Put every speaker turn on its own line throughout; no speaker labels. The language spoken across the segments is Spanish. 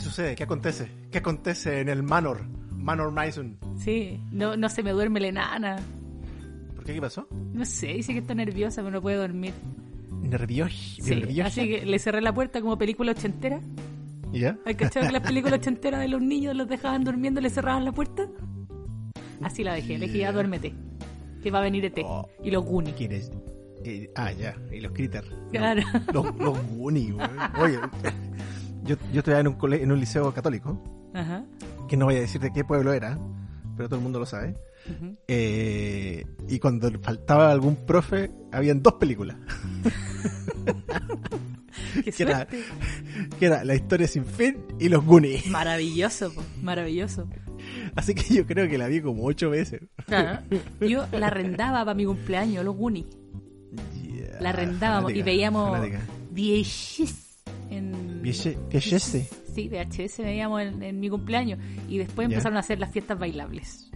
sucede? ¿Qué acontece? ¿Qué acontece en el Manor? Manor Mason.
Sí, no, no se me duerme la enana.
¿Por qué? ¿Qué pasó?
No sé, dice que está nerviosa, pero no puede dormir.
Nervioso.
Sí,
nervioso.
así que le cerré la puerta como película ochentera.
¿Ya?
¿Hay cachado que las películas ochenteras de los niños los dejaban durmiendo y le cerraban la puerta? Así la dejé, le dije, ya
Yeah.
duérmete, que va a venir ET.
Oh.
Y los Goonies.
¿Quién es? Eh, ah, ya. Y los critters.
Claro.
Los, los Goonies, güey. Oye, yo, yo estudiaba en un, cole- en un liceo católico,
Ajá.
que no voy a decir de qué pueblo era, pero todo el mundo lo sabe.
Ujú.
Eh, y cuando faltaba algún profe, habían dos películas.
Qué
Que era,
suerte.
que era La historia sin fin y Los Goonies.
Maravilloso, po, maravilloso.
Así que yo creo que la vi como ocho veces.
Claro. Yo la arrendaba para mi cumpleaños, los Goonies.
Yeah.
La arrendábamos y
Fanática,
veíamos
fanática.
VHS en...
Vieche- viechese.
Sí, VHS veíamos en, en mi cumpleaños. Y después
Ya.
empezaron a hacer las fiestas bailables.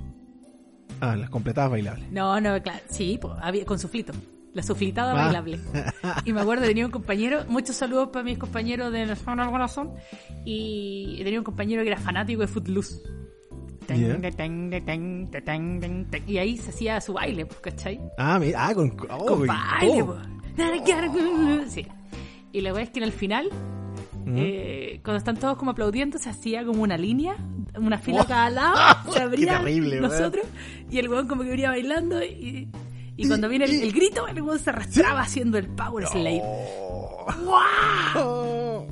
Ah, las completadas bailables.
No, no, claro. Sí, po, había, con suflito. La suflitada
Ah.
bailable. Y me acuerdo, tenía un compañero, muchos saludos para mis compañeros de la zona del corazón. Y tenía un compañero que era fanático de Footloose. Tan,
Ya.
de, tan, de, tan, de, tan, de, tan. Y ahí se hacía su baile, pues, ¿cachai?
Ah, mira, ah, con, oh,
Con
con
baile,
todo.
pues. Sí. Y la verdad es que en el final,
Ujú.
eh, cuando están todos como aplaudiendo, se hacía como una línea, una fila
Oh.
a cada lado, se
Qué
abría
terrible, weón.
nosotros, y el weón como que venía bailando, y, y cuando viene el, el grito, el weón se arrastraba haciendo el power slave.
Oh.
¡Guau!
Oh.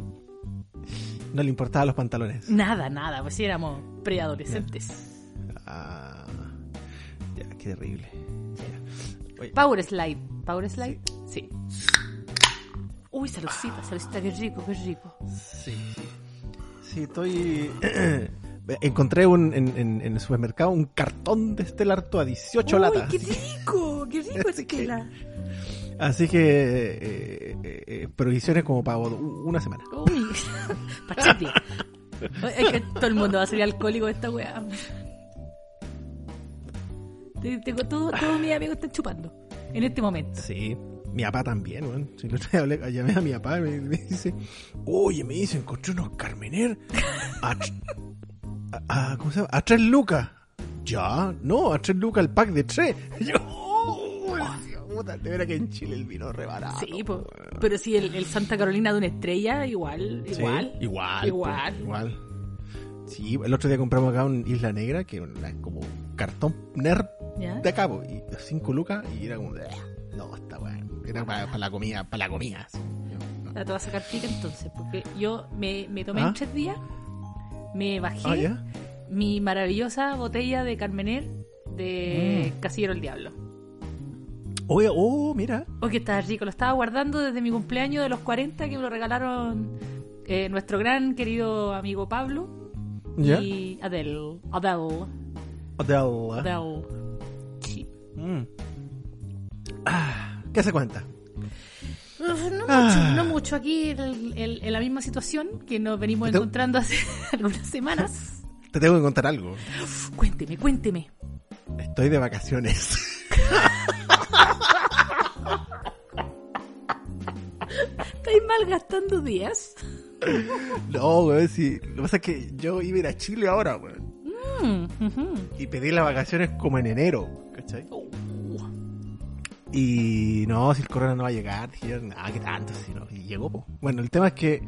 No le importaban los pantalones.
Nada, nada, pues sí, éramos preadolescentes.
Ah, ya, qué terrible. Ya. Oye,
Power slide, power slide, sí. Uy, saludcita, saludcita, qué rico, qué rico.
sí, sí. Sí, estoy. Encontré un, en, en- en el supermercado un cartón de Estela Artois a 18
Uy,
latas.
qué rico, qué rico,
Así que-
Estela.
Así que. eh, eh, eh, provisiones como para u- una semana.
Uy, pachete. Es que todo el mundo va a ser alcohólico de esta weá. Te- Tengo todo, todos mis amigos están chupando en este momento.
Sí, mi papá también, weón. Si el otro día hablé- llamé a mi papá y me, me dice, oye, me dice, encontré unos Carmener a, tr- a, a- ¿cómo se llama? A tres lucas. Ya, no, a tres lucas el pack de tres. Y Yo, oh, puta, de veras que en Chile el vino es re barato.
Sí, pues, po.
weón.
pero si el, el Santa Carolina de una estrella, igual,
Sí,
igual.
igual.
Igual.
po, igual. Sí, el otro día compramos acá un Isla Negra, que era como cartón nerd
¿Ya?
de acá, po, y cinco lucas, y era como, "Bleh, no, está bueno. Era para la comida, para la comida. así. Yo, no.
La te voy a sacar pica entonces, porque yo me, me tomé
¿Ah?
en tres días, me bajé
Ah, ya.
mi maravillosa botella de Carmener de
Mm.
Casillero el Diablo.
Oye, oh, mira.
Oh, que está rico. Lo estaba guardando desde mi cumpleaños de los 40 que me lo regalaron eh, nuestro gran querido amigo Pablo
Ya.
y Adele. Adele.
Adela.
Adele. Sí.
Mm. Ah, ¿Qué se cuenta?
Uf, No mucho,
Ah.
no mucho. Aquí el- el- en la misma situación que nos venimos
Te-
encontrando hace algunas semanas.
Te tengo que contar algo.
Cuénteme, cuénteme.
Estoy de vacaciones.
¿Estáis malgastando días?
No, weón, si. Lo que pasa es que yo iba a ir a Chile ahora, weón.
Mm, ujú.
Y pedí las vacaciones como en enero, ¿cachai?
Oh,
Uh. Y no, si el corona no va a llegar, dije yo, nada, que tanto, si no. Y llegó, po. Bueno, el tema es que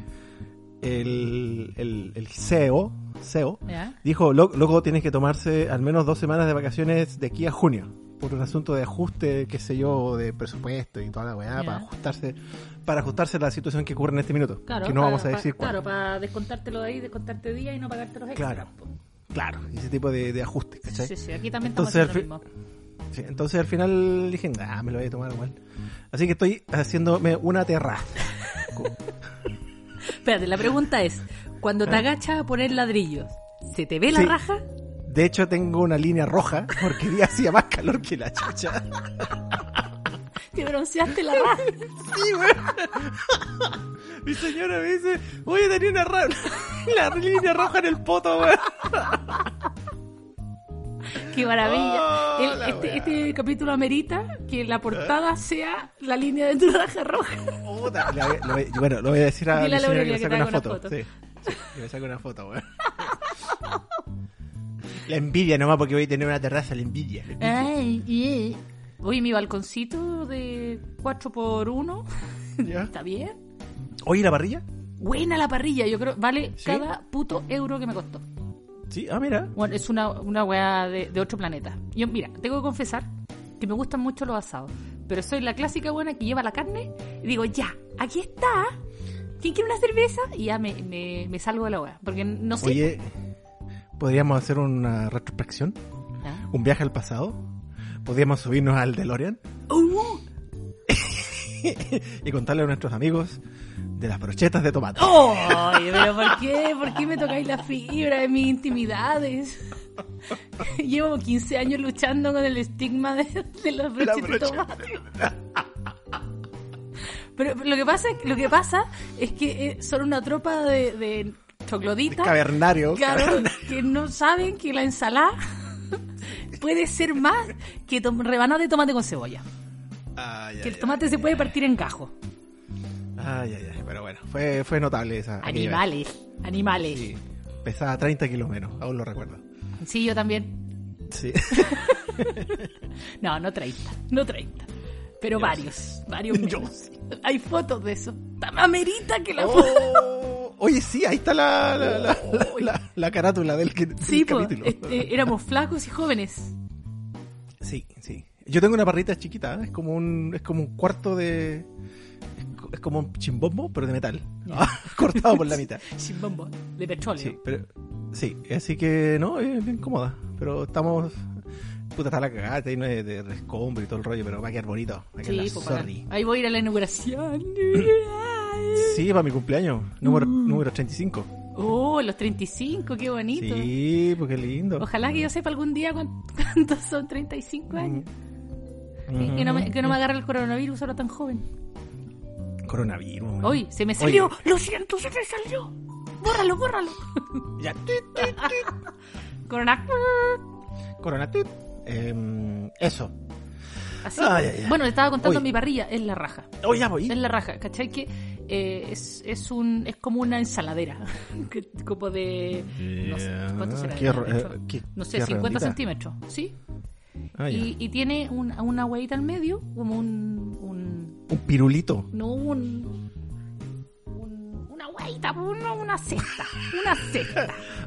el, el, el E CEO, CEO
¿Ya?
Dijo, "Lo- loco, tienes que tomarse al menos dos semanas de vacaciones de aquí a junio. Por un asunto de ajuste, qué sé yo, de presupuesto y toda la weá,
Ya.
para ajustarse para ajustarse a la situación que ocurre en este minuto.
Claro,
que no
para-
vamos a
para-
decir cuál.
Claro, para descontártelo de ahí, descontarte días y no pagarte los extras.
Claro.
po.
Claro, ese tipo de, de ajuste,
Sí,
¿cachai?
sí, sí, aquí también estamos
Entonces, al
haciendo lo mismo.
Sí, entonces al final dije, nah, me lo voy a tomar igual. Así que estoy haciéndome una terraza.
Espérate, la pregunta es, cuando te agachas a poner ladrillos, ¿se te ve la
Ah. Sí.
raja?
De hecho, tengo una línea roja porque día hacía más calor que la chucha.
¿Te bronceaste la raja?
Sí, weón. Mi señora me dice, oye, tenía una ra- la línea roja en el poto, weón.
¡Qué maravilla!
Oh,
El-
la ¿Eh?
este,
weá.
este capítulo amerita que la portada sea la línea de tu raja roja.
Puta, le voy- le voy- bueno, lo voy a decir a
Dile a
mi
la
señora que
Aurelia
me
que
saque
te haga
una
una
foto.
foto.
Sí, Y me saco una foto, weón. La envidia nomás porque voy a tener una terraza, la envidia. la envidia.
Ay, yeah. Oye, mi balconcito de 4x1
¿Ya?
está bien.
¿Oye la parrilla?
Buena la parrilla, yo creo. Vale
¿Sí?
cada puto euro que me costó.
Sí, ah, mira.
Bueno, es una, una weá de, de otro planeta. Yo, mira, tengo que confesar que me gustan mucho los asados. Pero soy la clásica buena que lleva la carne y digo, ya, aquí está. ¿Quién quiere una cerveza? Y ya me, me, me salgo de la weá. Porque no sé.
Oye, ¿podríamos hacer una retrospección?
¿Ah?
¿Un viaje al pasado? ¿Podríamos subirnos al DeLorean?
¡Uh!
Y contarle a nuestros amigos de las brochetas de tomate.
¡Ay, pero ¿por qué? ¿Por qué me tocáis la fibra de mis intimidades? Llevo 15 años luchando con el estigma de, de los
La
brochetes de
brocheta.
tomate. Pero lo que pasa, lo que pasa es que eh, son una tropa de, de
De
trogloditas,
Cavernario.
claro, que no saben que la ensalada puede ser más que tom- rebanada de tomate con cebolla.
Ay,
Que el
ay,
tomate se puede partir en cajos.
Ay, ay, ay. Pero bueno, fue, fue notable esa. aquella vez.
Animales, animales.
Sí. Pesaba 30 kilos menos, aún lo recuerdo.
Sí, yo también.
Sí.
No, no 30, no 30. Pero
Yo
varios, varios
Yo
menos. Hay fotos de eso. Tan Amerita que la
Oh, oye, sí, ahí está la, la, la, la- la carátula del, que- del
Oh. Sí, po,
capítulo.
este, éramos flacos y jóvenes.
Sí, sí. Yo tengo una parrita chiquita, ¿eh? es como un, es como un cuarto de. es co- Es como un chimbombo, pero de metal. Cortado por la mitad.
Sin bombo, de petróleo.
Sí, pero. Sí, así que no, es bien cómoda. Pero estamos. Puta, está la cagada, está lleno de, de escombro y todo el rollo, pero va a quedar bonito. Va a quedar la
Sí, pues, para-
zorri.
Ahí voy a ir a la inauguración.
Sí, para mi cumpleaños, número,
Mm.
número 35.
Oh, los 35, qué bonito.
Sí, pues qué lindo.
Ojalá que yo sepa algún día cuán- cuántos son 35
Mm.
años. Y Que, no me, que no me agarre el coronavirus ahora tan joven.
Mm. Coronavirus. weón.
Hoy, se me
Oye.
salió. Lo siento, se me salió. Bórralo, bórralo.
Ya, tuit, tuit,
Corona.
Corona. tuit. Em, eso.
Así.
Ay, ay, ay.
Bueno, le estaba contando
Ah, Oye.
mi parrilla. Es la raja.
Oh, ya voy.
Es la raja. ¿Cachai? Que eh, es, es, un, es como una ensaladera. que- como de. No sé, ¿cuánto será?
Qué ro- eh, qué-
no sé,
qué redondita.
50 centímetros. ¿Sí?
Ah, ya.
y, y tiene un- una huevita al medio, como un. un-
Un pirulito.
no, un. un- una huevita, una, una cesta. Una cesta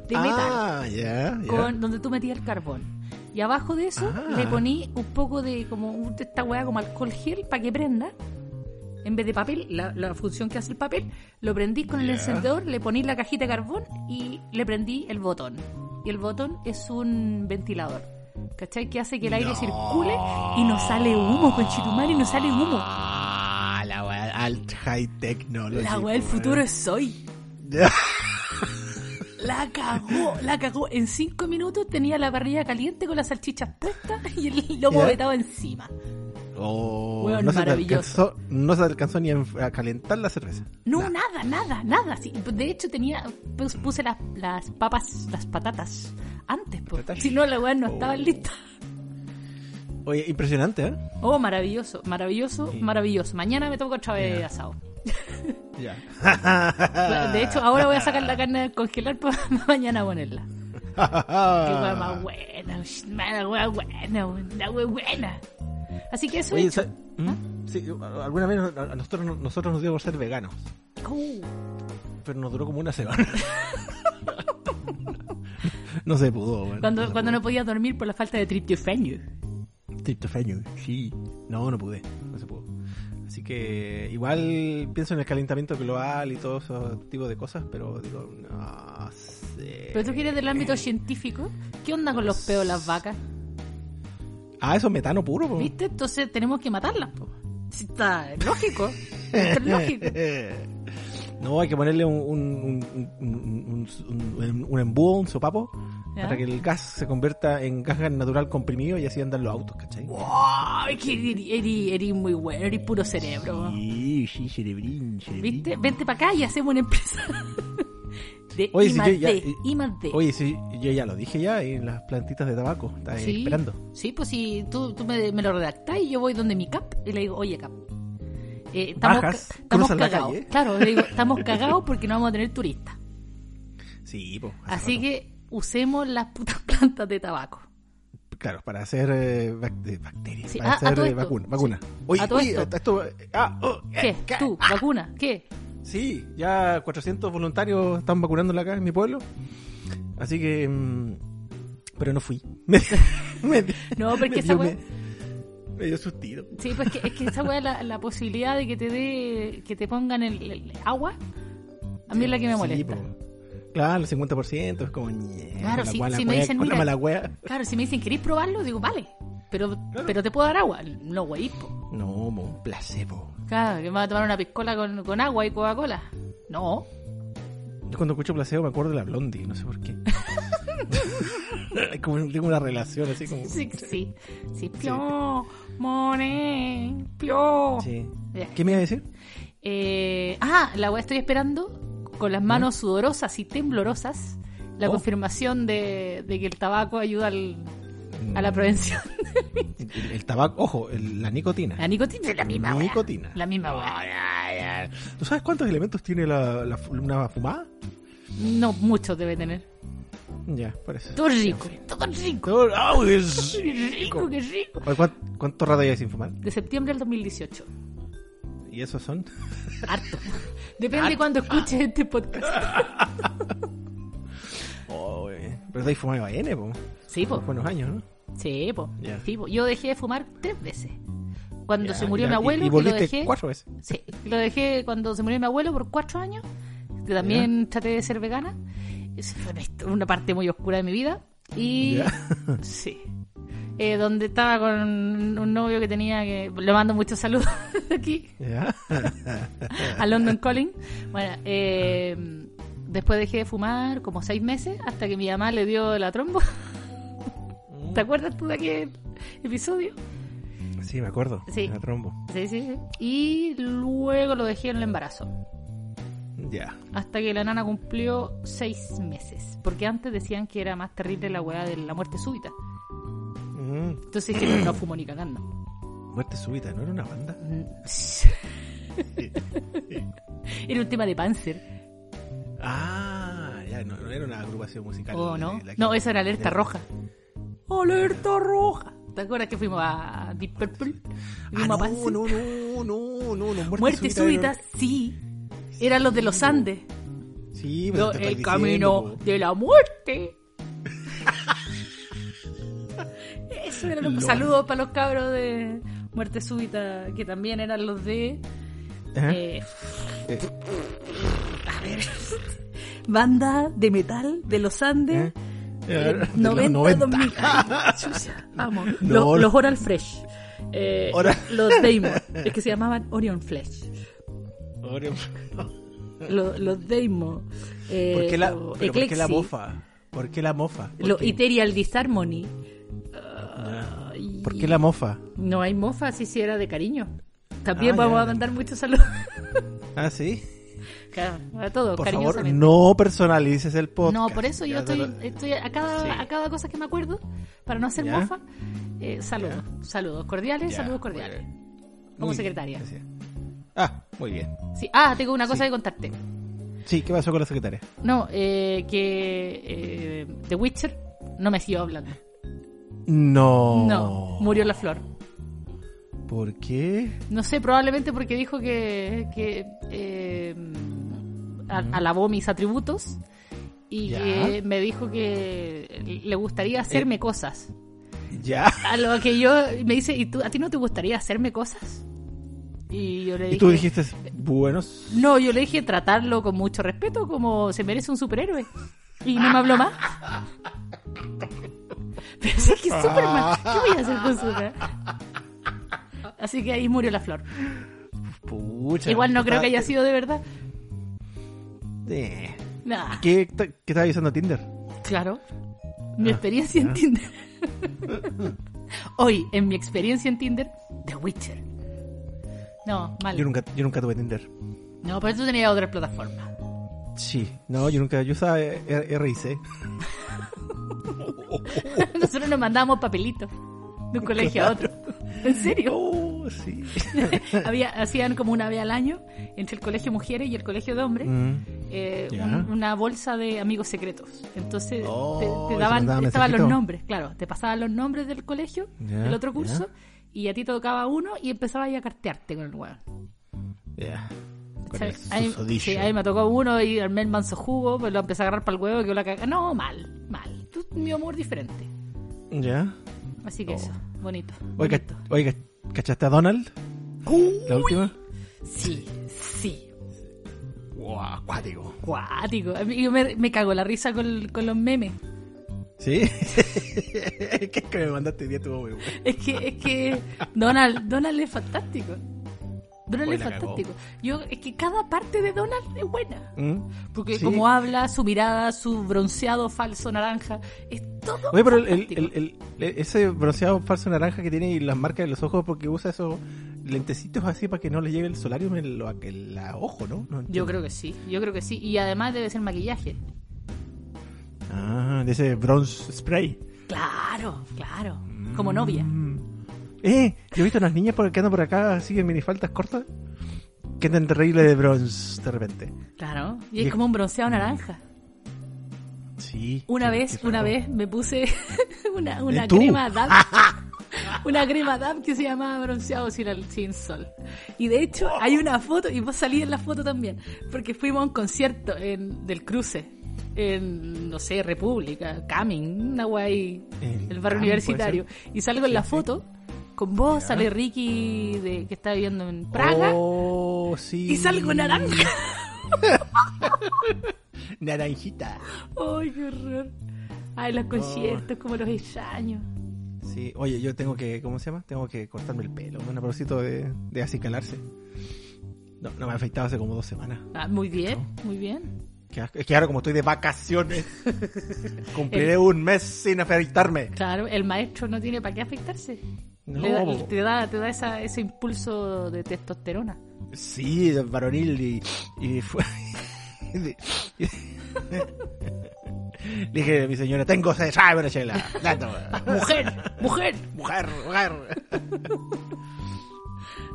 de metal.
Ah, ya, ya.
con- donde tú metías el carbón. Y abajo de eso
Ah.
le poní un poco de como un- de esta hueá como alcohol gel para que prenda. En vez de papel, la, la función que hace el papel, lo prendí con el
Ya.
encendedor, le poní la cajita de carbón y le prendí el botón. Y el botón es un ventilador. ¿Cachai? Que hace que el aire circule y no sale humo, con y no sale humo.
Ah, la weá, alt high technology.
La weá del
weón.
futuro es hoy. La cagó, la cagó. En cinco minutos tenía la parrilla caliente con las salchichas puestas y el lomo
¿Ya?
vetado encima.
Oh,
Weón,
no, se te
maravilloso.
alcanzó, no se te alcanzó ni a enf- a calentar la cerveza.
No, nada, nada, nada. Sí, de hecho, tenía pues, puse las, las papas, las patatas antes, porque
Patatas.
si no, la weá no estaba
Oh.
lista.
Oye, impresionante, ¿eh?
Oh, maravilloso, maravilloso, maravilloso. Mañana me toca otra vez
Ya.
asado.
Ya.
De hecho, ahora voy a sacar la carne del congelar para mañana ponerla. Qué hueá
Ah.
más buena, la hueá buena, weón, la hueá buena. Así que eso
Oye,
es.
¿sabes? ¿Mm? Sí, alguna vez a- a nosotros, no- nosotros nos dio por ser veganos,
Uh,
pero nos duró como una semana. no se pudo, weón.
cuando,
no se
cuando
pudo.
no podía dormir por la falta de triptofano.
Triptofano, sí. No, no pude, no se pudo. Así que igual pienso en el calentamiento global y todo esos tipos de cosas, pero digo, no sé.
Pero tú quieres del
Eh.
ámbito científico. ¿Qué onda con los peos de las vacas?
Ah, eso es metano puro, po.
¿Viste? Entonces tenemos que matarlas, po. Sí, Está lógico. Está lógico.
No, hay que ponerle un, un, un, un, un- un- un embudo, un sopapo,
¿Ya?
para que el gas se convierta en gas natural comprimido y así andan los autos, ¿cachai?
¡Ay, que eri, eri- eri muy bueno, eres puro cerebro.
Sí, sí, cerebrín, cerebrín.
¿Viste? Vente para acá y hacemos una empresa. De
Oye,
I
si
más
yo ya-
D, I más D.
Oye, sí, yo ya lo dije ya, en las plantitas de tabaco, está ahí
Sí.
esperando.
Sí, pues si tú, tú me, me lo redactás y yo voy donde mi cap y le digo, oye cap, eh, estamos,
Bajas,
ca- estamos
cruzas la
cagados.
calle.
Claro, le digo, estamos cagados porque no vamos a tener turistas.
Sí, pues.
Así que usemos las putas plantas de tabaco.
Claro, para hacer eh, bac- de bacterias,
Sí,
para
ah, a
hacer
todo
eh,
esto,
vacuna.
sí.
vacuna.
A todo esto.
eh, ah, oh, eh,
¿Qué?
¿qué?
¿Tú?
Ah,
¿Vacuna? ¿Qué?
sí, ya 400 voluntarios están vacunándola acá en mi pueblo. Así que. mm, pero no fui. Me- me di-
No, porque
me
esa
dio
wea-
me- me dio sustito.
Sí, pues que, es que esa weá, la, la posibilidad de que te dé, que te pongan el, el agua, a mí es la que me
Sí, pues.
molesta.
po. claro, el 50% es como.
Claro, si- si me dicen,
Una
mira-
mala wea.
Claro, si me dicen, ¿queréis probarlo? Digo, vale, pero, pero te puedo dar agua. No, weís, po.
No, mo, un placebo.
Claro, que me va a tomar una piscola con, con agua y Coca-Cola. No.
Yo cuando escucho placebo me acuerdo de la Blondie, no sé por qué. como tengo una relación así como.
Sí, sí. Sí, pio, more, pio.
Sí.
Ya.
¿Qué me iba a decir?
Eh, ah, la weá, estoy esperando con las manos sudorosas y temblorosas la
Oh.
confirmación de, de que el tabaco ayuda al- a
Mm.
la prevención.
El, el tabaco, ojo, el- la nicotina.
La nicotina es la misma weá.
Nicotina.
La misma weá.
Ay, ay, ay. ¿Tú sabes cuántos elementos tiene la, la fu- una fumada?
No, muchos debe tener.
Ya, parece.
Todo rico, todo rico.
Todo- ¡Au! es
Qué rico, qué rico.
Oye, ¿cuán- ¿Cuánto rato ya sin fumar?
De septiembre al 2018.
¿Y esos son?
Harto. Depende de cuando escuches este podcast.
Oh, güey. Pero estáis fumando a N, po.
eh. Sí, po.
Buenos años, ¿no?
Sí, po.
Ya.
Sí, po. Yo dejé de fumar tres veces. Cuando
Ya,
se murió
y-
mi abuelo,
Y, y
que lo
volviste
dejé.
cuatro veces.
Sí, lo dejé cuando se murió mi abuelo por cuatro años. que También traté de ser vegana. Esa fue una histo- una parte muy oscura de mi vida. Y.
Ya.
Sí. Eh, donde estaba con un novio que tenía que. Le mando muchos saludos aquí
Ya.
a London Calling. Bueno, eh, después dejé de fumar como seis meses hasta que mi mamá le dio la trombo. ¿Te acuerdas tú de aquel episodio?
Sí, me acuerdo.
Sí.
La trombo.
Sí, sí, sí. Y luego lo dejé en el embarazo.
Ya.
Hasta que la nana cumplió seis meses. Porque antes decían que era más terrible la weá de la muerte súbita.
Mm.
Entonces dijeron, no fumo ni cagando.
Muerte súbita, ¿no era una banda?
Mm. Era un tema de Panzer.
Ah, ya, no, no era una agrupación musical.
¿O Oh, no?
de la que-
No, esa era alerta
de-
roja. ¡Alerta roja! ¿Te acuerdas que fuimos a Deep Purple?
Ah,
Fuimos
no,
a Panzer.
no, no, no, no, no, muerte,
Muerte
súbita.
súbita, sí. Eran los de los Andes.
era- Sí, pues, pero
Yo,
te
el
estoy diciendo,
camino
po.
de la muerte. Eso era lo
Lol.
Saludos para los cabros de Muerte Súbita, que también eran los de.
Ajá.
eh,
Eh.
a ver. Banda de metal de los Andes.
¿Eh? Eh, de los
90,
90.
2000. Ay, chucha, vamos.
No,
Los-
lo-
los Oral Fresh. Eh,
Oral-
Los Damon. Es que se llamaban Orion Flesh.
Oreo.
Los, los Damon. eh,
¿Por qué la,
los
pero ¿Por qué la
Eclexi.
mofa? ¿Por qué la mofa? ¿Por
Lo
qué?
Ethereal Disharmony.
Ya.
Ay,
¿Por qué la mofa?
No hay mofa, si sí era de cariño. También
Ah,
vamos
ya.
a mandar muchos saludos.
Ah, sí.
Claro, a todos,
Por favor,
cariñosamente.
no personalices el podcast.
No, por eso yo
Ya te
estoy,
lo-
estoy a, cada,
Sí.
a cada cosa que me acuerdo, para no hacer
Ya.
mofa, eh, saludos. Saludos cordiales,
Ya,
saludos
muy
cordiales.
bien.
Como
Muy bien,
secretaria.
gracias. Ah, muy bien.
Sí. Ah, tengo una cosa
Sí.
que contarte.
Sí, ¿qué pasó con la secretaria?
No, eh, que eh, The Witcher no me siguió hablando.
No.
No, murió la flor.
¿Por qué?
No sé, probablemente porque dijo que, que eh, a- alabó mis atributos y
Ya. Eh.
que me dijo que le gustaría hacerme cosas.
Ya.
A lo que yo me dice, ¿y tú, a ti no te gustaría hacerme cosas? Y yo le dije,
Y tú dijiste, buenos.
no, yo le dije tratarlo con mucho respeto como se merece un superhéroe. Y no me habló más. Pero si es que es Superman, ¿qué voy a hacer con Superman? Así que ahí murió la flor.
Pucha.
Igual no
Está-
creo que haya sido de verdad.
Eh.
Nah,
¿Qué, ta- qué estaba usando Tinder?
claro. Mi
Ah,
experiencia en Tinder. Hoy, en mi experiencia en Tinder, The Witcher. No, mal.
Yo nunca, yo nunca tuve Tinder.
No, pero tú tenías otras plataformas.
Sí, no, yo nunca, yo usaba eh, R- RIC.
Nosotros nos mandábamos papelitos de un colegio a otro. ¿En serio?
Oh, sí.
Había, hacían como una vez al año entre el colegio mujeres y el colegio de hombres.
Mm.
eh,
Ya.
un- una bolsa de amigos secretos. Entonces
Oh,
te, te
¿y te
daban,
mandaban
te daban los
mensajitos?
nombres, claro, te pasaban los nombres del colegio,
Ya,
del otro
ya.
curso, y a ti te tocaba uno y empezabas ahí a cartearte con el weón.
Ya. Con el
¿Sabes? A mí-
susodicho.
sí, a mí me tocó uno y armé el manso jugo, pues lo empecé a agarrar para el huevo que la caga. No, mal, mal. Tú, mi amor diferente.
Ya.
Así que eso, bonito.
Oh. Oiga,
bonito.
oiga, ¿cachaste a Donald? La última.
Sí, sí.
Guau, acuático.
Cuático. A mí- Yo me, me cago la risa con, con los memes.
¿Sí? ¿Qué es que me mandaste hoy día estuvo muy bueno.
Es que, es que Donald, Donald es fantástico. Donald
Hoy
es
la cagó.
fantástico. Yo, es que cada parte de Donald es buena.
¿Mm?
Porque
Sí.
como habla, su mirada, su bronceado falso naranja, es todo.
Oye, pero el, el-
fantástico.
el- el- e, ese bronceado falso naranja que tiene y las marcas de los ojos porque usa esos lentecitos así para que no le llegue el solarium en lo- el la ojo, ¿no? No
Yo
entiendo.
creo que sí, yo creo que sí. Y además debe ser maquillaje.
Ah, de ese bronze spray. Mm.
Claro, claro. Como novia.
Eh, yo he visto unas niñas por, que andan por acá así en minifaldas cortas que andan terrible de bronze de repente.
Claro. Y
Y
es
es-
como un bronceado naranja.
Sí.
Una
qué-
vez,
qué
una
raro.
vez me puse una, una
¿Eh, tú?
crema DAP. Una crema DAP que se llamaba bronceado sin, al- sin sol. Y de hecho hay una foto, y vos salís en la foto también, porque fuimos a un concierto en- del cruce, en, no sé, República, Camin, una wea ahí,
En
el
Camin,
barrio universitario. Y salgo en la
sí.
foto, con vos
Ya.
sale Ricky, de, que está viviendo en Praga,
Oh, sí.
y salgo naranja.
Naranjita.
¡Ay, qué horror! Ay, los conciertos, como los extraños.
Sí, oye, yo tengo que, ¿cómo se llama? Tengo que cortarme el pelo, un propósito de, de acicalarse. No, no me he afeitado hace como dos semanas.
Ah, muy bien, muy bien.
Qué asco. Es que ahora como estoy de vacaciones, cumpliré un mes sin afeitarme.
Claro, el maestro no tiene para qué afectarse.
No,
Le da- te da, te da esa- ese impulso de testosterona.
sí, varonil y, y fue... y de- y- Le dije a mi señora, tengo sed, tráeme una chela. Tanto.
¡Mujer! ¡Mujer!
Mujer, mujer.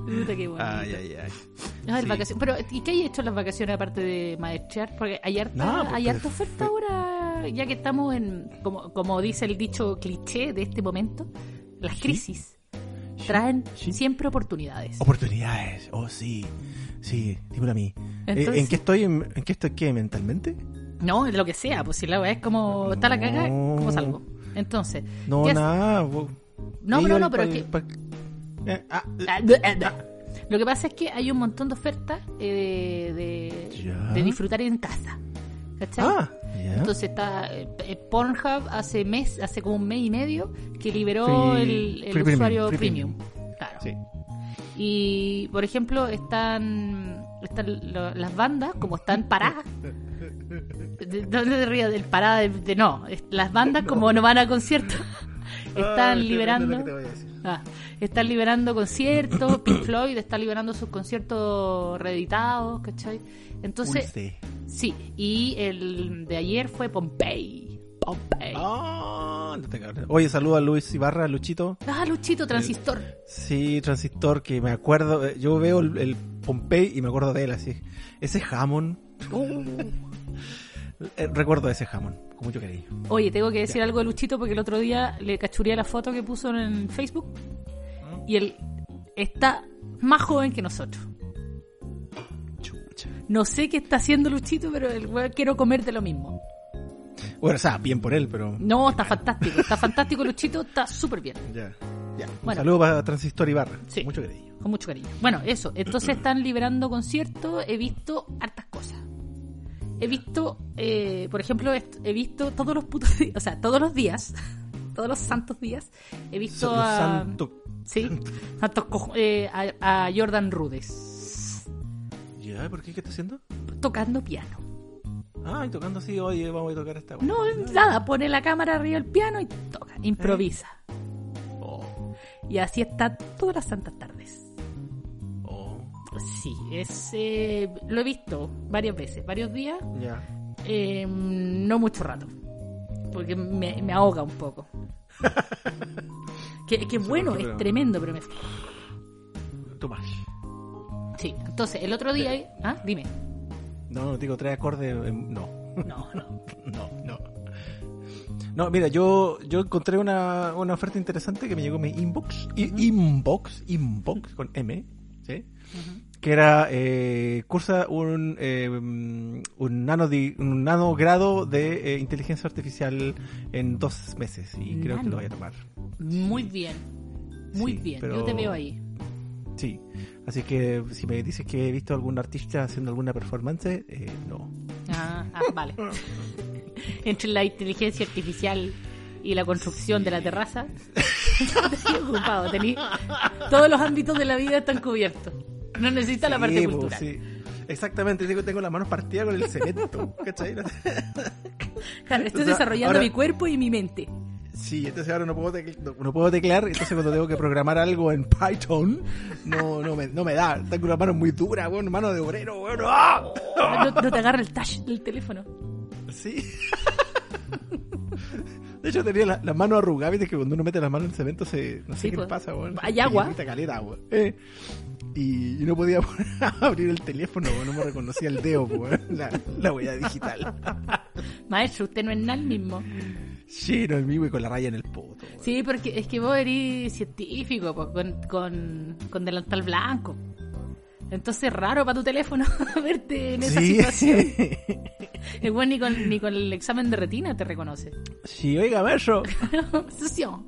Puta, qué bonito.
Ay, ay, ay.
Ah, el
sí.
vacacion- Pero, ¿y qué hay hecho en las vacaciones aparte de maestrear? Porque hay harta,
No, pues,
hay
pero-
harta oferta
pero-
ahora, ya que estamos en, como, como dice el dicho cliché de este momento, las crisis traen
sí.
siempre oportunidades.
Oportunidades, oh sí, sí, dímelo a mí. Eh,
Entonces-
¿En qué estoy? ¿En, en qué estoy qué? ¿Mentalmente?
No, lo que sea, pues si la weá es como está la caga,
No.
¿cómo salgo? Entonces,
No,
¿qué hace-
nada. bo-
No,
Digo
no,
el
no, pero
pal-
es que-
pal- Eh, ah, eh,
Ah, bleh, eh, bleh. Lo que pasa es que hay un montón de ofertas eh, de, de,
Ya.
de disfrutar en casa. ¿Cachai?
ah, ya.
Entonces está eh, eh, Pornhub hace mes, hace como un mes y medio que liberó
Free-
el, el
free premium,
usuario
free
premium.
premium.
Claro.
Sí.
Y por ejemplo están están lo- las bandas como están paradas. De- No te rías del parada de, de- no, Es- las bandas como no van a conciertos
Ah,
están liberando. Ah, están liberando conciertos, Pink Floyd está liberando sus conciertos reeditados, ¿cachai? Entonces,
Dulce.
sí, y el de ayer fue Pompey. Pompey.
Ah, no te cabrón. Oye, saludo a Luis Ibarra, Luchito.
Ah, Luchito, transistor.
Sí, Transistor, que me acuerdo. eh, Yo veo el, el Pompey y me acuerdo de él así. Ese jamón. eh, Recuerdo ese jamón, con mucho cariño.
Oye, tengo que decir algo de Luchito porque el otro día le cachuría la foto que puso en Facebook y él está más joven que nosotros.
Chucha.
No sé qué está haciendo Luchito, pero el weón quiero comer de lo mismo.
Bueno, o sea, bien por él, pero.
No, está fantástico, está fantástico Luchito, está súper bien.
Ya, ya. Un
Bueno.
saludo para Transistor Ibarra.
Sí.
Mucho cariño.
Con mucho cariño. Bueno, eso. Entonces están liberando conciertos. He visto hartas cosas. He visto, eh, por ejemplo, est- he visto todos los putos días, o sea, todos los días, todos los santos días, he visto
Son los
a,
santo-
sí, santos cojo- eh, a, a Jordan Rudes
Ya, ¿por qué? ¿Qué está haciendo?
tocando piano.
Ah, y tocando así, oye, vamos a tocar esta.
No, nada, pone la cámara arriba del piano y toca, improvisa.
Oh,
Y así está todas las santas tardes.
oh.
Sí, es, eh, lo he visto varias veces, varios días.
Ya.
Eh, no mucho rato. Porque me, me ahoga un poco. que que
No sé
bueno,
por qué,
es
pero-
tremendo, pero me.
Tomás.
Sí, entonces el otro día. ¿Ah? Dime.
No, digo, tres acordes, eh, no.
No, no.
No, no. No, mira, yo, yo encontré una, una oferta interesante que me llegó a mi inbox, i- inbox, inbox, con M, ¿sí?
Ujú.
Que era, eh, cursa un, eh, un, nano di- un nanogrado de eh, inteligencia artificial en dos meses y creo que
Nano.
lo voy a tomar.
Muy bien. Muy
Sí,
bien.
pero-
Yo te veo ahí.
Sí, así que si me dices que he visto a algún artista haciendo alguna performance, eh, no.
Ah, ah, vale. Entre la inteligencia artificial y la construcción de la terraza, estoy ocupado. Tení... Todos los ámbitos de la vida están cubiertos. No necesita la parte
Sí, po,
cultural.
sí. Exactamente, digo, tengo las manos partidas con el cemento, ¿cachai?
Claro, estoy
O sea,
desarrollando
ahora-
mi cuerpo y mi mente.
Sí, entonces ahora no puedo, tecl- no, no puedo teclear, entonces cuando tengo que programar algo en Python, no, no, me, no me da. Tengo una mano muy dura, weón, mano de obrero, weón. ¡ah!
No, no te agarra el touch del teléfono.
Sí. De hecho, tenía la- las manos arrugadas, viste que cuando uno mete las manos en el cemento se. No sé
Sí,
qué
pues.
le pasa, weón.
Hay agua.
Se irrita caleta, weón. Eh, y, y no podía abrir el teléfono, weón, no me reconocía el dedo, weón. La, la huella digital.
Maestro, usted no es nada el mismo.
Sí, no el mío y con la raya en el poto, weón.
Sí, porque es que vos eres científico, pues, con, con, con delantal blanco. Entonces es raro para tu teléfono verte en esa situación. Es bueno, ni con, ni con el examen de retina te reconoce.
sí, oiga, maestro.
Sucio.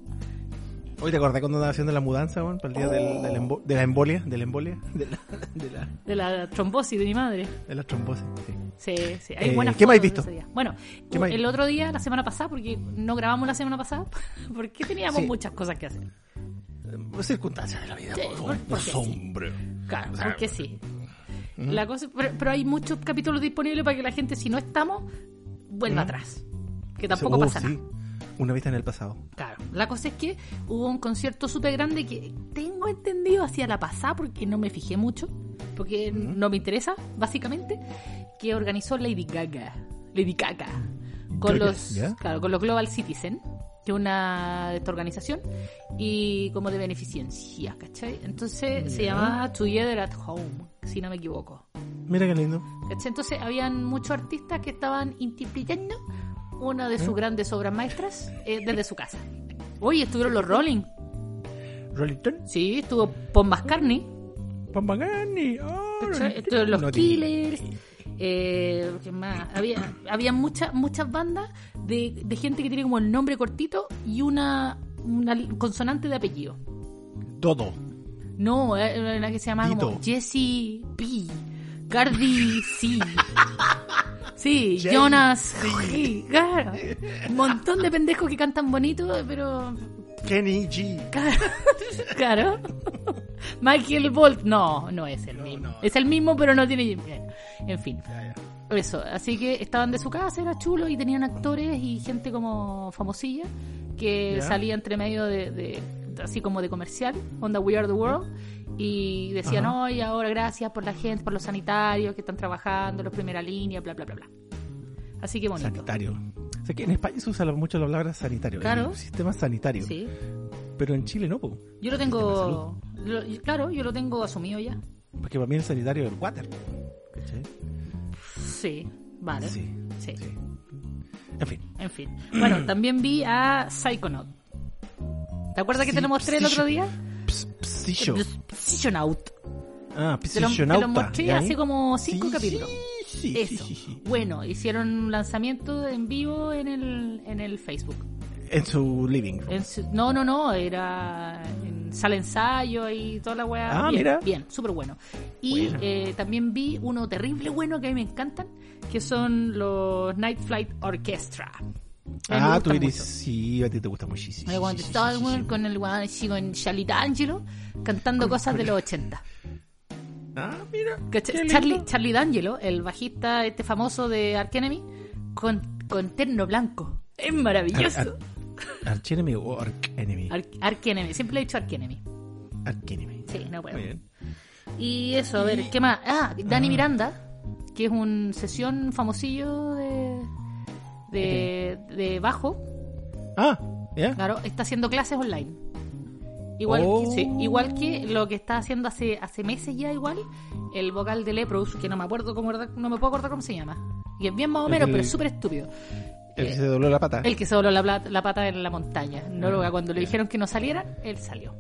Hoy te acordás cuando andaba haciendo la mudanza, weón, para el día del, del embo- de la embolia, de la embolia, de la, de la,
De la trombosis de mi madre.
de la trombosis. sí.
Sí, sí. Hay
Eh,
buenas
¿qué más has
fotos de
visto?
ese día. Bueno,
¿Qué más has
el
visto?
otro día, la semana pasada, porque no grabamos la semana pasada, porque teníamos
Sí.
muchas cosas que hacer.
Eh, Circunstancias de la vida,
Sí,
por favor.
por- porque sí.
hombre.
Claro, porque sí. La cosa, pero, pero hay muchos capítulos disponibles para que la gente, si no estamos, vuelva
Mm.
atrás. Que tampoco
Oh,
pasa
sí.
nada.
Una vista en el pasado.
Claro. La cosa es que hubo un concierto súper grande que tengo entendido hacia la pasada, porque no me fijé mucho, porque no me interesa, básicamente, que organizó Lady Gaga. Lady Gaga. Con
Gaga,
los,
¿ya?
claro, con los Global Citizen, que es una esta organización, y como de beneficencia, ¿cachai? Entonces se
Ya.
llamaba Together at Home, si no me equivoco.
Mira qué lindo.
¿Cachai? Entonces habían muchos artistas que estaban interpretando una de sus grandes obras maestras eh, desde su casa. Oye, estuvieron los Rolling.
Rollington,
Sí, estuvo Paul McCartney.
Pambagani. oh,
¿cachai?
Rollington.
Estuvieron los
No te-
Killers. Eh, ¿qué más? Había, había muchas muchas bandas de, de gente que tiene como el nombre cortito y una, una consonante de apellido.
Todo.
No, era la que se llama como
Dito.
Jesse P. Cardi C. Sí,
Jay
Jonas G. Claro. Un montón de pendejos que cantan bonito, pero.
Kenny G.
Claro. Michael Bolt. No, no es el
No,
mismo.
no.
Es el mismo, pero no tiene. bien, En fin.
Ya, ya.
Eso, así que estaban de su casa, era chulo, y tenían actores y gente como famosilla que
Ya.
salía entre medio de, de- de- así como de comercial, onda We Are the World, y decían,
Ajá.
oye, ahora gracias por la gente, por los sanitarios que están trabajando, los primera línea, bla, bla, bla, bla. Así que bonito.
Sanitario. O sea que en España se usa mucho la palabra sanitario.
Claro.
El sistema sanitario.
Sí.
Pero en Chile no, po.
Yo lo tengo, lo- yo- claro, yo lo tengo asumido ya.
Porque para mí el sanitario es el water. ¿Cachai?
Sí, vale.
Sí.
Sí.
Sí. En fin.
En fin. Bueno, también vi a Psychonaut. ¿Te acuerdas que
Sí,
te lo mostré el
sí,
otro
yo-
día?
Ps- Psillo.
Psychonaut.
Ah,
Te lo, te lo
psiconauta.
mostré
¿ya?
hace como cinco
Sí,
capítulos.
Sí, sí,
Eso.
sí, sí.
Bueno, hicieron un lanzamiento en vivo en el, en el Facebook.
En su living room.
En su- no, no, no, era en sala de ensayo y toda la weá.
Ah,
bien,
mira.
Bien, súper bueno. Y
Buena.
eh, también vi uno terrible bueno que a mí me encantan, que son los Night Flight Orchestra. A mí me
ah,
gustan
tú eres.
mucho.
Sí, a ti te gusta muchísimo.
Me cuando estaba con el weón, sí, con Charlie D'Angelo, cantando cosas de los 80.
Ah, mira.
Que
qué
Ch-
lindo.
Charlie, Charlie D'Angelo, el bajista este famoso de Arkenemy, con, con terno blanco. Es maravilloso.
Archenemy o Archenemy.
Arkenemy, siempre he dicho Arkenemy.
Archenemy.
Sí, no puedo.
Muy bien.
Y eso, a ver, ¿qué más? Ah, Dani Miranda, que es un sesión famosillo de, de, de bajo,
Ah, ¿ya? Ah,
Ah, claro, está haciendo clases online. Igual,
Oh.
que, sí, igual que lo que está haciendo hace, hace meses ya, igual, el vocal de Leprous, que no me acuerdo cómo, no me puedo acordar cómo se llama. Y es bien más o
El
menos,
del-
pero es súper estúpido.
El que se dobló la pata.
eh, El que se dobló la, pla- la pata en la montaña. No
Ah,
lo- cuando le
ya.
dijeron que no saliera, él salió.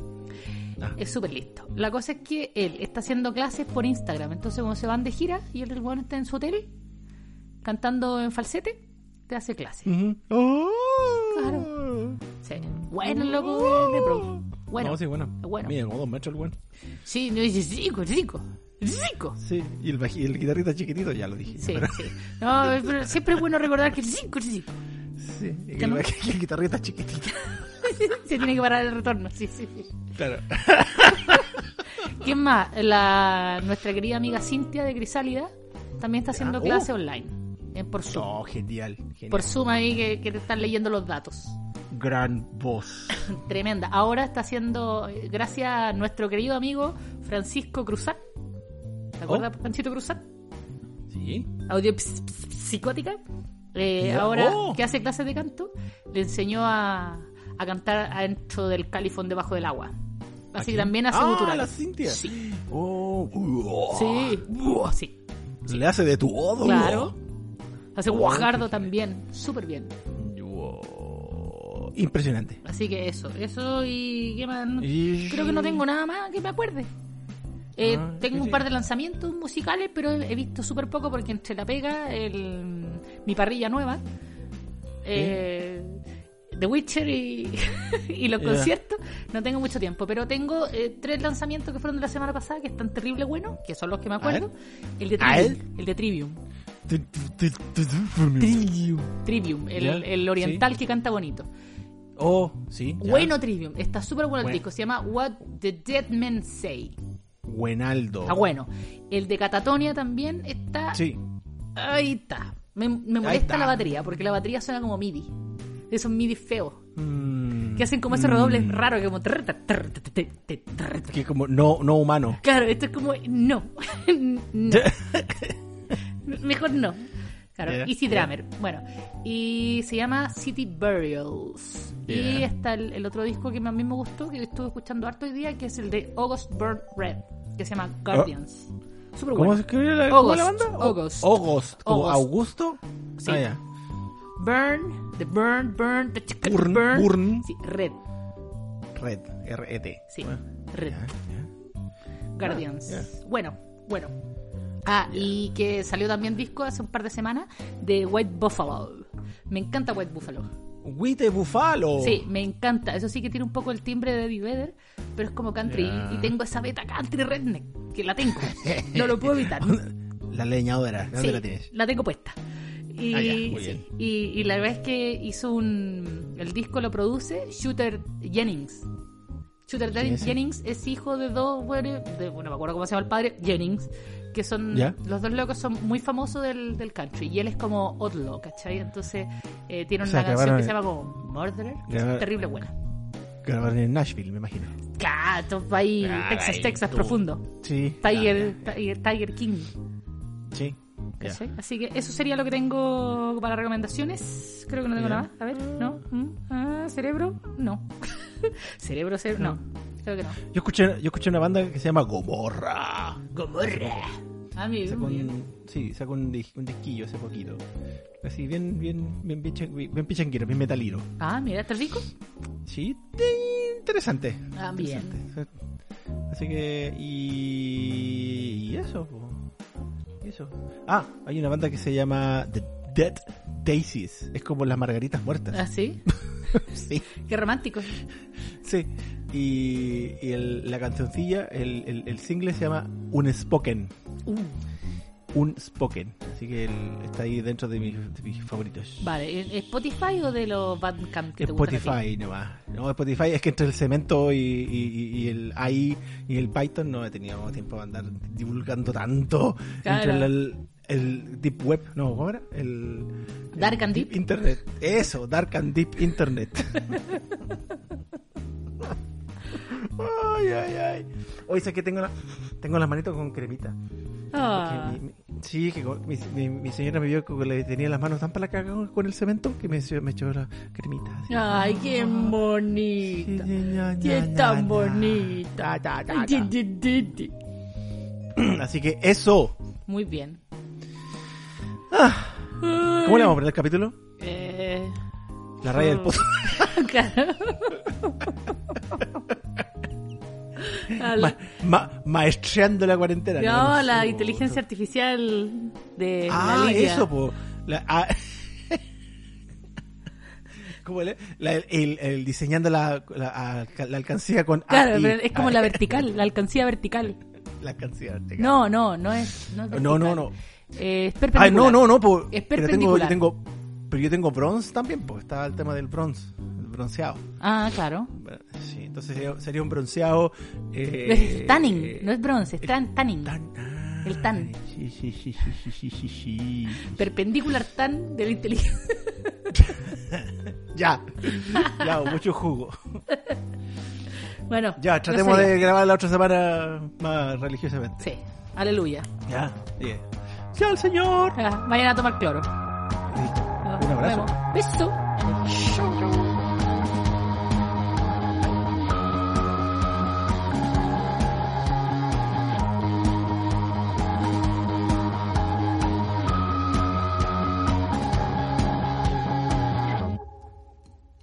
Ah.
Es súper listo. La cosa es que él está haciendo clases por Instagram. Entonces, cuando se van de gira y el bueno está en su hotel cantando en falsete, te hace clases.
Ujú. Oh.
Claro. Sí. Bueno, el loco de- de pro. Bueno.
Uh. No, sí, bueno.
Bueno.
Mira, como dos metros el bueno.
Sí, no dice rico, rico, rico.
Sí, y el, baji- el guitarrista chiquitito ya lo dije.
Sí,
Pero-
sí. No, pero siempre es bueno recordar que rico, rico.
sí, y
Que
el,
no.
baji- el guitarrista chiquitito.
Se tiene que parar el retorno. Sí, sí. sí.
Claro.
¿Quién más? La, nuestra querida amiga Cintia de Crisálida también está haciendo
Ah, oh.
clase online. en por Zoom.
No, Oh, genial. genial.
Por Zoom ahí que, que te están leyendo los datos.
Gran voz.
Tremenda. Ahora está haciendo, eh, gracias a nuestro querido amigo Francisco Cruzat.
Oh.
¿Te acuerdas, Panchito Cruzat?
Sí.
Audio ps- ps- psicótica. Eh,
Ya.
ahora
Oh.
que hace clases de canto, le enseñó a, a cantar adentro del califón debajo del agua. Así que
Aquí.
también hace
ah,
guturales.
la Cintia.
Sí.
Oh, uh,
Sí,
uh,
sí.
Le hace de tu odo.
Claro. Hace
Oh,
guajardo
qué
también, súper bien.
Uh, Impresionante.
Así que eso, eso y qué más. No-
Y-
Creo que no tengo nada más que me acuerde. Eh,
Ah,
tengo
sí.
un par de lanzamientos musicales, pero he visto súper poco porque entre la pega, el, mi parrilla nueva, eh, The Witcher y, y los
Ya.
conciertos, no tengo mucho tiempo. Pero tengo eh, tres lanzamientos que fueron de la semana pasada que están terrible buenos, que son los que me acuerdo. El de
A
Trivium. El de Trivium.
Tu, tu, tu, tu, tu, tu.
Trivium, el,
Ya,
el oriental que canta bonito.
Oh, sí. ya.
Bueno, Trivium, está súper bueno el
Buen-
disco. Se llama What the Dead Men Say.
Buenaldo.
Está bueno. El de Catatonia también está.
Sí.
Ahí está. Me, me molesta
está.
la batería, porque la batería suena como MIDI. De esos MIDI feos.
Mm,
Que hacen como esos
mm,
redobles raros, que como. trrr, trrr, trrr, trrr, trrr, trrr, trrr.
Que como no, no humano.
Claro, esto es como. No. no. Mejor no. Claro,
Yeah,
Easy
yeah.
Drummer. Bueno, y se llama City Burials. Y
Yeah.
está el, el otro disco que a mí me gustó, que estuve escuchando harto hoy día, que es el de August Burn Red, que se llama Guardians. Súper
Oh. ¿Cómo
bueno.
se escribe la, cómo la
August,
banda? O-
August.
August. como
August.
Augusto.
Sí.
Ah, ya.
Burn, The Burn, Burn, The chica-
Burn, burn.
Sí, Red,
Red. R-E-T.
sí,
Ah,
Red,
ya, ya.
Guardians.
Ah,
Bueno, bueno. Ah, y que salió también disco hace un par de semanas de White Buffalo. Me encanta White Buffalo.
Wite Bufalo.
Sí, me encanta. Eso sí que tiene un poco el timbre de Eddie Vedder, pero es como country.
Ya.
Y tengo esa beta country redneck, que la tengo. No lo puedo evitar.
La leñadora. ¿Dónde
Sí,
la tienes?
la tengo puesta. Y,
Ah, ya, muy
sí,
bien.
y, y la verdad es que hizo un... El disco lo produce Shooter Jennings. Shooter
¿Quién es ese?
Jennings es hijo de dos... Bueno, de, bueno, me acuerdo cómo se llama el padre. Jennings. Que son...
Ya.
Los dos locos son muy famosos del, del country. Y él es como outlaw, ¿cachai? Entonces eh, tiene
O
una
sea,
canción
acabaron-
que se llama como Murderer. Que
Acabaron-
es terrible buena.
Grabaron en Nashville, me imagino.
Claro, esto va ahí,
Ah,
Texas,
ahí,
Texas,
tú.
profundo.
Sí.
Tiger, Tiger, Tiger King.
Sí. ya. Mm.
¿cachai? Así que eso sería lo que tengo para recomendaciones. Creo que no tengo
Ya.
nada más. A ver, ¿no? ¿Mm? Ah, ¿Cerebro? No. ¿Cerebro, cerebro? No. Creo que no.
Yo escuché, yo escuché una banda que se llama Gomorra.
Gomorra. A mí,
Sacó un, sí, sacó un, dis- un disquillo hace poquito. Así, bien, bien, bien, pichan- bien pichanguero, bien metalero.
Ah, mira, ¿está rico?
Sí, de- interesante.
Ah, bien.
Interesante. Así que, y, y eso. po. Y eso. Ah, hay una banda que se llama The Dead Daisies. Es como las margaritas muertas.
¿Ah, sí?
Sí.
Qué romántico.
Sí. Y, y el- la cancioncilla, el, el, el single se llama Un Spoken.
Uh,
Un Spoken. Así que el- está ahí dentro de
Mm.
mis, de mis favoritos.
vale, ¿es- ¿es ¿Spotify o de los Bandcamp que te gustan a ti?
Spotify nomás. No, Spotify es que entre el cemento y, y- y- y el AI y el Python no he tenido tiempo de andar divulgando tanto.
Claro.
Entre el, el Deep Web, no, ¿cómo era? El,
Dark and
el
Deep.
Internet. Eso, Dark and Deep Internet. ay, ay, ay. Hoy sé que tengo, la- tengo las manitos con cremita.
Ah,
Porque mi- mi- Sí, que con- mi, mi- mi señora me vio que le tenía las manos tan para la caga con- con el cemento que me, se- me echó la cremita. así.
Ay,
Ah.
qué bonita.
Sí, ña, ña,
Qué
ña, ña.
tan bonita. ta, ta, ta.
Di, di, di, di.
Así que eso.
Muy bien.
¿Cómo le vamos a poner el capítulo?
Eh,
La raya
Oh,
del pozo.
claro. Al-
Ma- ma- maestreando la cuarentena.
no,
sé,
la
po.
inteligencia artificial de
Ah,
la Lidia.
eso, po. La, ah. ¿Cómo le- la- el, el diseñando la, la, alca- la alcancía con
Claro,
AI.
pero es como
Ah,
la vertical, la alcancía vertical.
la alcancía. te cago.
No, no, no es. No, es
No, no,
vertical.
no.
Eh, es
Ay, no,
perpendicular.
no, no, po.
Es
pero tengo, yo
perpendicular.
tengo, pero yo tengo bronce también, pues está el tema del bronce, el bronceado.
Ah, claro.
Sí, entonces sería, sería un bronceado. eh,
es tanning,
eh,
no es bronce, es tan- tanning.
tan- ah,
El tan.
Sí, sí, sí, sí, sí, sí, sí, sí.
Perpendicular tan de la inteligencia.
Ya, ya, mucho jugo.
Bueno,
Ya,
no
tratemos
sé.
de grabar la otra semana más religiosamente.
Sí, aleluya.
Ya, bien. Ya el señor.
Ah, Vayan a tomar cloro.
Listo.
Nos
Un abrazo.
vemos. Beso. Chau.